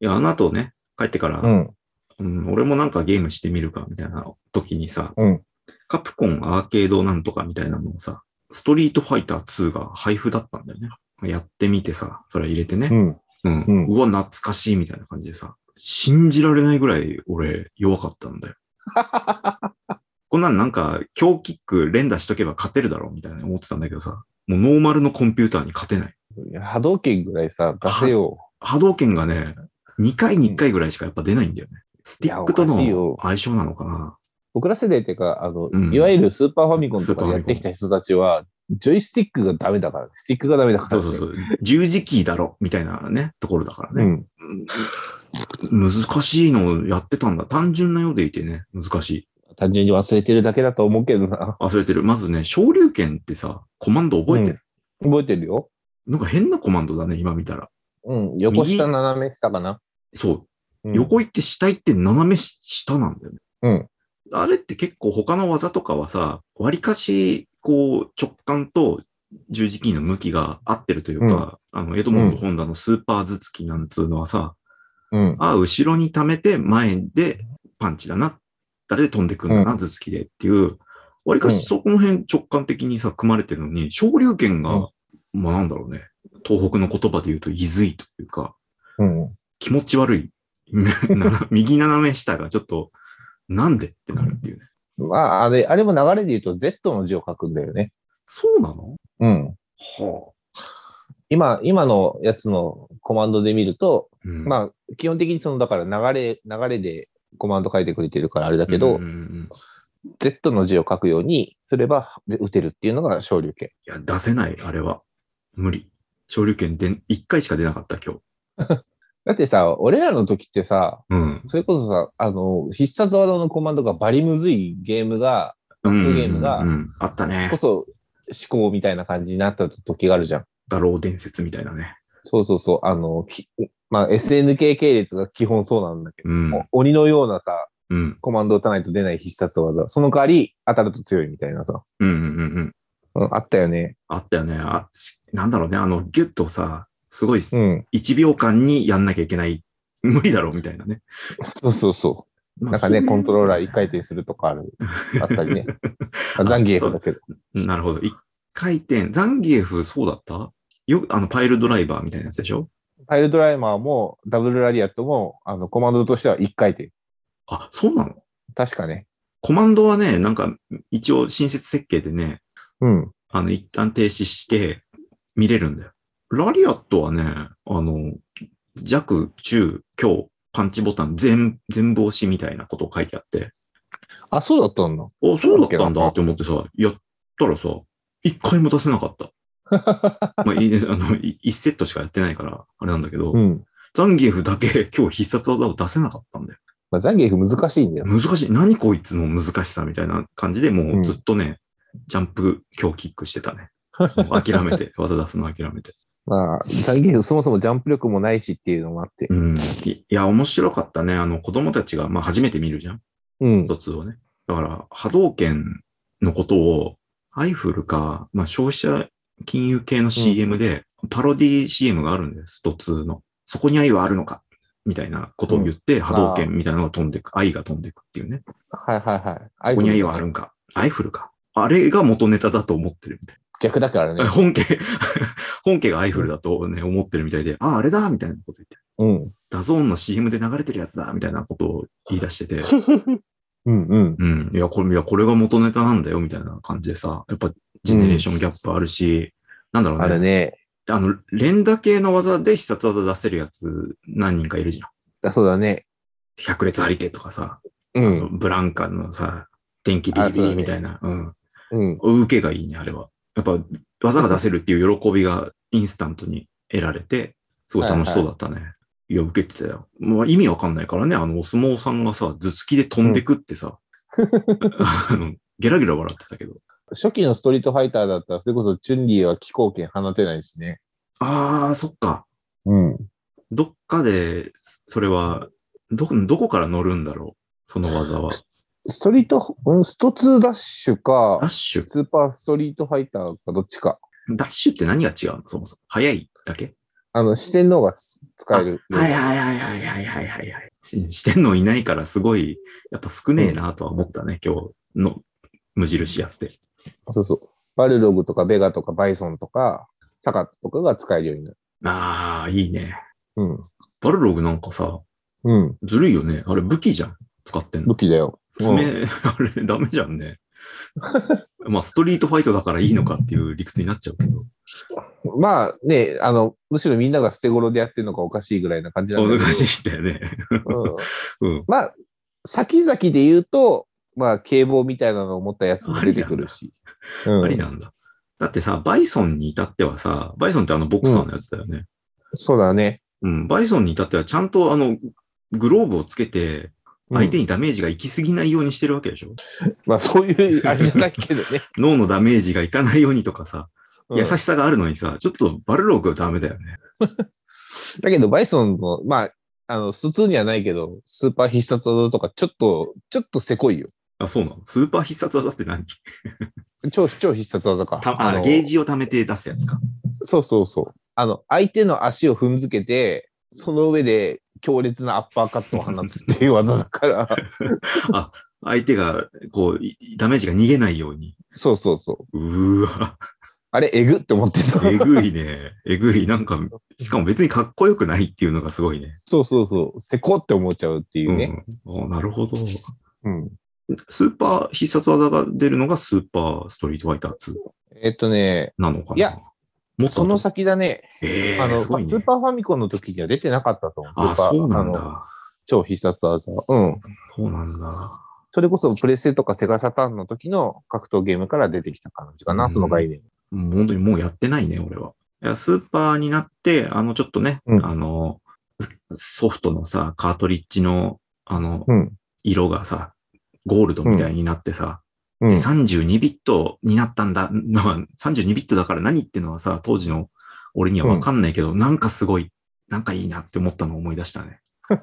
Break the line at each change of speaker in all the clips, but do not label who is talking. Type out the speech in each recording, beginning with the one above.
いや、あの後ね、帰ってから、
う
うん
ん。
俺もなんかゲームしてみるか、みたいな時にさ、
うん。
カプコンアーケードなんとかみたいなのをさ、ストリートファイター2が配布だったんだよね。やってみてさ、それ入れてね
う。ん。
うん。う
うん
わ、懐かしいみたいな感じでさ、信じられないぐらい俺弱かったんだよ。こんなんなんか、強キック連打しとけば勝てるだろうみたいな思ってたんだけどさ、もうノーマルのコンピューターに勝てない。
いや 波動拳ぐらいさ、出せ よ。
波動拳がね、2回に1回ぐらいしかやっぱ出ないんだよね。スティックと
いやおかしい
の
よ
相性なのかな。
僕ら世代っていうか、あの、
うん
いわゆるスーパーファミコンとかでやってきた人たちは、ジョイスティックがダメだから、スティックがダメだから。
そうそうそう。十字キーだろみたいなね、ところだから
う
ね。
ん。
難しいのをやってたんだ。単純なようでいてね、難しい。
単純に忘れてるだけだと思うけど な。
忘れてる。まずね、昇竜拳ってさ、コマンド覚えてる、
覚えてるよ。
なんか変なコマンドだね、今見たら。
うん。横下斜め下かな。
そう。
うん
横行って下行って斜め下なんだよね。
うん。
あれって結構他の技とかはさ、割かし、こう、直感と十字キーの向きが合ってるというか、あの、エドモンド・ホンダのスーパー頭突きなんつうのはさ、
うん。
ああ、後ろに溜めて前でパンチだな。誰で飛んでくんだな、
う
頭突きでっていう。割か
う
し
ん
そこの辺直感的にさ、組まれてるのに、昇竜拳が、
うん
まあなんだろうね。東北の言葉で言うと、いずいというか、
うん。
気持ち 悪い。な右斜め下がちょっと、なんでってなるっていうね。
まあ、あれ、あれも流れで言うと Z の字を書くんだよね。
そうなの
うん。
は
今、今のやつのコマンドで見ると、
あ。うん
まあ、基本的にその、だから流れ、流れでコマンド書いてくれてるからあれだけ
う
ど
んう、んうんい
Z の字を書くようにすれば、で打てるっていうのが昇竜拳。
や、出せない、あれは。無理。昇竜拳で、一回しか出なかった、今日。
だってさ、俺らの時ってさ、
うん。
それこそさ、あの、必殺技のコマンドがバリむずいゲームが、
う
格
ん
闘ゲームが
うんうんあったね
こ。そ思考みたいな感じになった時があるじゃん。
太郎伝説みたいなね。
そうそうそう。あの、きまあ、SNK 系列が基本そうなんだけど、
うん。
鬼のようなさ、
うん。
コマンド打たないと出ない必殺技。その代わり、当たると強いみたいなさ。
うんうんうんうん。
うん、あったよね。
あったよね。あしなんだろうね。あの、ギュッとさ、すごい、
うん。
1秒間にやんなきゃいけない。無理だろ、みたいなね。
そうそうそ
ま
う。
あ
なんかね、
そういう
コントローラー一回転するとかある、あったりね。あザンギエフだけど。
なるほど。一回転。ザンギエフ、そうだったよく、あの、パイルドライバーみたいなやつでしょ
パイルドライマーも、ダブルラリアットも、あの、コマンドとしては一回転。
あ、そうなの
確かね。
コマンドはね、なんか、一応、親切設計でね、
うん。
あの、一旦停止して、見れるんだよ。ラリアットはね、あの、弱、中、強、パンチボタン全、全部押しみたいなことを書いてあって、
あ、そうだったんだ。
あ、そうだったんだって思ってさ、やったらさ、一回も出せなか った。まあ、いいですあの、い一セットしかやってないから、あれなんだけど、
うん。
ザンギエフだけ今日必殺技を出せなかったんだよ。
まあ、ザンギエフ難しいんだよ。
難しい。何こいつの難しさみたいな感じで、もうずっとね、ジャンプ今日キックしてた ね。もう諦めて、技出すの諦めて。
まあ、ザンギエフそもそもジャンプ力もないしっていうのもあって。
うん。いいや、面白かったね。あの、子供たちが、まあ、初めて見るじゃん。
うん。
一つをね。だから、波動拳のことを、アイフルか、まあ、消費者金融系の CM で、パロディ CM があるんです、一つの。そこに愛はあるのかみたいなことを言って、波動拳みたいなのが飛んでく、愛が飛んでくっていうね。
はいはいはい。
ここに愛はあるんか。アイフルか。あれが元ネタだと思ってるみたい
逆だからね
な。。本家、 本家がアイフルだとね、思ってるみたいで、あ、あれだみたいなこと言って。
うん。
ダゾーンの CM で流れてるやつだみたいなことを言い出してて、
うんうん。
うん。いや、これ、いや、これが元ネタなんだよ、みたいな感じでさ、やっぱ、ジェネレーションギャップあるし、なんだろうね。
あれね。
あの、連打系の技で必殺技出せるやつ、何人かいるじゃん。
あそうだね。
百列あり手とかさ、
うん。
ブランカのさ、電気ビリビリみたいな、
うん。
うん。受けがいいね、あれは。やっぱ、技が出せるっていう喜びがインスタントに得られて、すごい楽しそうだったね。いや、受けてたよ。まあ、意味わかんないからね、あの、お相撲さんがさ、頭突きで飛んでくってさ、 あの、ゲラゲラ笑ってたけど。
初期のストリートファイターだったら、それこそチュンリーは気候圏放てないしね。
ああ、そっか。
うん。
どっかで、それは、ど、どこから乗るんだろうその技は。
ストリート、うん、スト2ダッシュ
ダッ
か、
シュ
スーパーストリートファイターかどっちか。
ダッシュって何が違うのそもそも。速いだけ
あの、四天王がつ使える。
はいはいはいはいはいはいはいはい。ししてんのいないからすごい、やっぱ少ねえなとは思ったね、今日の無印やって。
そうそう。バルログとかベガとかバイソンとか、サカとかが使えるようになる。
ああ、いいね。
うん。
バルログなんかさ、
うん。
ずるいよね。あれ武器じゃん。使ってんの
武。器だよ。
爪、 あれダメじゃん ね。まあ、ストリートファイトだからいいのかっていう理屈になっちゃうけど。
うんまあね、あの、むしろみんなが捨て頃でやってるのがおかしいぐらいな感じなんだけ
難
ど
しいしたよね。
うん
うん。
まあ、先々で言うと、まあ、警棒みたいなのを持ったやつも出てくるし。うん
ありなんだ。だってさ、バイソンに至ってはさ、バイソンってあのボクサーのやつだよね。
そうだね。
うん、バイソンに至ってはちゃんとあの、グローブをつけて、
うん
相手にダメージが行き過ぎないようにしてるわけでしょ、
まあ、そういうあれじゃないけどね。
脳のダメージがいかないようにとかさ、
う ん
優しさがあるのにさ、ちょっとバルログはダメだよね。
だけど、バイソンの、まあ、あの、普通にはないけど、スーパー必殺技とか、ちょっと、ちょっとせこいよ。
あ、そうなのスーパー必殺技って何
超、超必殺技か。
たあ
の
ゲージを貯めて出すやつか。
そうそうそう。あの、相手の足を踏んづけて、その上で強烈なアッパーカットを放つっていう技 だから、
相手が、こう、いダメージが逃げないように。
そうそうそう。
うー わ、
あれ、えぐって思ってさ。
えぐいね。えぐい。なんか、しかも別にかっこよくないっていうのがすごいね。
そうそうそう。せこって思っちゃうっていうね。
うん、あなるほど。
うん。
スーパー必殺技が出るのがスーパーストリートファイター2
えっとね、
なのかない
や、
もっと
その先だね。
え
あ
ー、
の、
すごい
スー
ね。
パーファミコンの時には出てなかったと思う。ス
あ
ーパー
そうなん
あの
だ。
超必殺技。うん。
そうなんだ。
それこそプレステとかセガサターンの時の格闘ゲームから出てきた感じかな、
うん
その概念。
もう本当にもうやってないね、俺は。いやスーパーになって、あの、ちょっとね、
うん
あの、ソフトのさ、カートリッジの、あの、
うん。
色がさ、ゴールドみたいになってさ、
うん
で、32ビットになったんだ、 まあ、32ビットだから何ってのはさ、当時の俺にはわかんないけど、なんかすごい、なんかいいなって思ったのを思い出した ね。う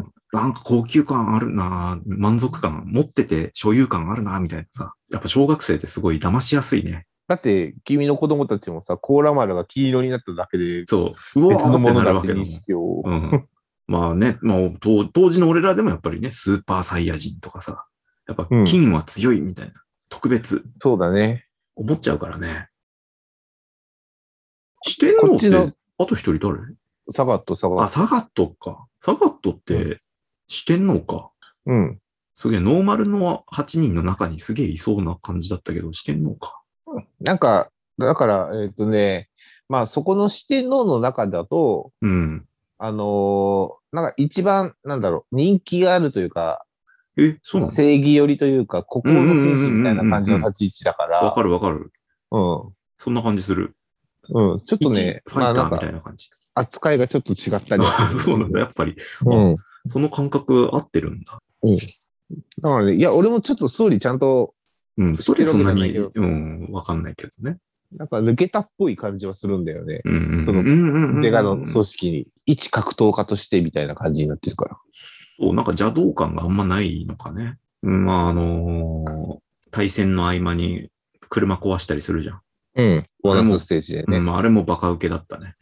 んなんか高級感あるな満足感、持ってて所有感あるなみたいなさ。やっぱ小学生ってすごい騙しやすいね。
だって、君の子供たちもさ、コーラ丸が黄色になっただけで、
そう。うわ
別
ーっ
の
て
もの
な
だ
るわ
って
けだも
認
ん。
識を。
うん。まあね、まあ当、当時の俺らでもやっぱりね、スーパーサイヤ人とかさ、やっぱ
うん
金は強いみたいな、特別、
そうだね。
思っちゃうからね。四天
こ
王
っ
っ
ち
て、
の
あと一人誰
サガット、サガ
あ、
ット。
サガットか。サガットって四天王か。
うん。
すげえ、ノーマルの8人の中にすげえいそうな感じだったけど、四天王か。
なんか、だから、えっ、とね、まあ、そこの四天王の中だと、
うん。
あのーなんか一番、なんだろう、人気があるというか、
え、そうなの
正義寄りというか、孤高の戦士みたいな感じの立ち位置だか
わ
ら、
かるわかる。
う
そんな感じする。
ん、うん、ちょっとね、
一フ
ま
ァ
あ
イタ
なん
ーみた
か
いな感じ。
扱いがちょっと違ったりは
あ
する
そうなんだ。やっぱり、
うん。
その感覚合ってるんだ。
だからね、いや、俺もちょっとストーリーちゃんと、
うん、ストーリーはそんな
知っ
に、
てるわけ
うん、わかんないけどね。
なんか抜けたっぽい感じはするんだよね。
うんうんうん。
その
うんうんうん
デガの組
そう。
織に、一格闘家としてみたいな感じになってるから。
なんか邪道感があんまないのかね。うんまあ、あのー対戦の合間に車壊したりするじゃん。
うん。ボーナスステージで
う
ね。
ん、あれもバカ受けだった ね。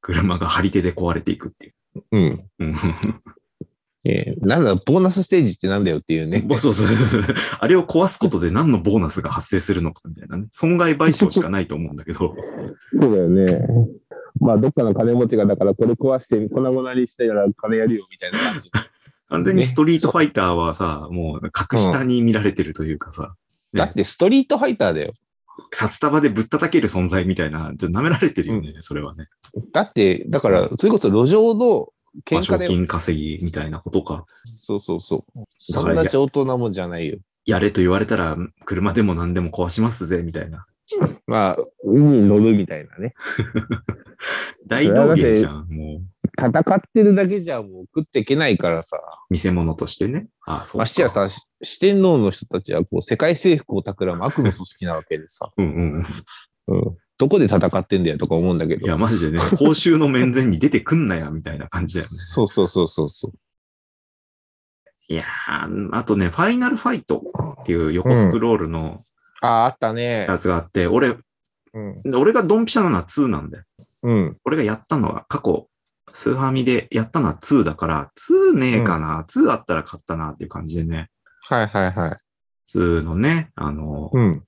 車が張り手で壊れていくっていう。
うん。
うん、
えーなんだ、ボーナスステージってなんだよっていうね。
まあそうそう そうそう。あれを壊すことで何のボーナスが発生するのかみたいなね。損害賠償しかないと思うんだけ ど。
そうだよね。まあ、どっかの金持ちが、だからこれ壊して、粉々にしたら金やるよみたいな感じ。
完全にストリートファイターはさ、もう格下に見られてるというかさ、
だってストリートファイターだよ。
札束でぶったたける存在みたいな、ちょっと舐められてるよね、それはね。
だって、だから、それこそ路上の
ま
喧
あ、
嘩
賞
で、
金稼ぎみたいなことか。
そうそうそう。
だ
そ
から
んな上等なもんじゃないよ。
やれと言われたら、車でも何でも壊しますぜ、みたいな。
まあ、海に乗るみたいなね。
大道芸じゃん、もう。
戦ってるだけじゃもう食っていけないからさ。
見せ物としてね。ああ、そうか。
ましてやさ、し四天王の人たちはこう世界征服を企む悪の組織なわけでさ。
うんうんうん。
うん。どこで戦ってんだよとか思うんだけど
い。や、マジでね、公衆の面前に出てくんなや、みたいな感じだよね。
そうそうそうそうそう。
いやー、あとね、ファイナルファイトっていう横スクロールの
ああ、あったね
や。つがあって、俺、
うん。
俺がドンピシャなのは2なんだよ。
うん。
俺がやったのは過去、スーファミでやったのは2だから、2ねえかな、2あったら買ったなっていう感じでね、
はいはいはい。
2のね、あの、
うん。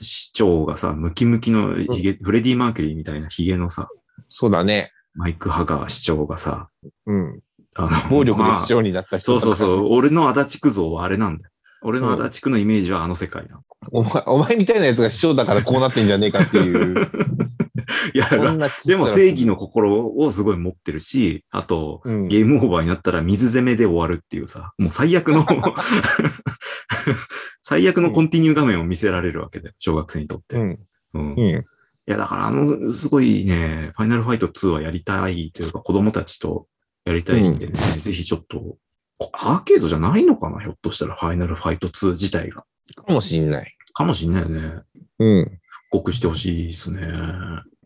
市長がさ、ムキムキのヒゲ、フレディ・マーキュリーみたいなヒゲのさ、
そうだね。
マイク・ハガー市長がさ、
うん。
あの
暴力
ま
の
あ
市長になった
そ
人。
うそうそうう、俺の足立区像はあれなんだよ。俺の足立区のイメージはあの世界なの。
お前、お前みたいなやつが市長だからこうなってんじゃねえかっていう。
いや、
そんな
でも正義の心をすごい持ってるし、あと、
うん。
ゲームオーバーになったら水攻めで終わるっていうさ、もう最悪 の、最悪のコンティニュー画面を見せられるわけだよ、小学生にとっ
う
て。
ん。
うん。
う
い
ん。
や、だからあの、すごいね、ファイナルファイト2はやりたいというか、子供たちとやりたいんでね、ぜひちょっと、こアーケードじゃないのかな、ひょっとしたら、ファイナルファイト2自体が。
かもしんない。
かもしんないよね。
うん。
復刻してほしいですね。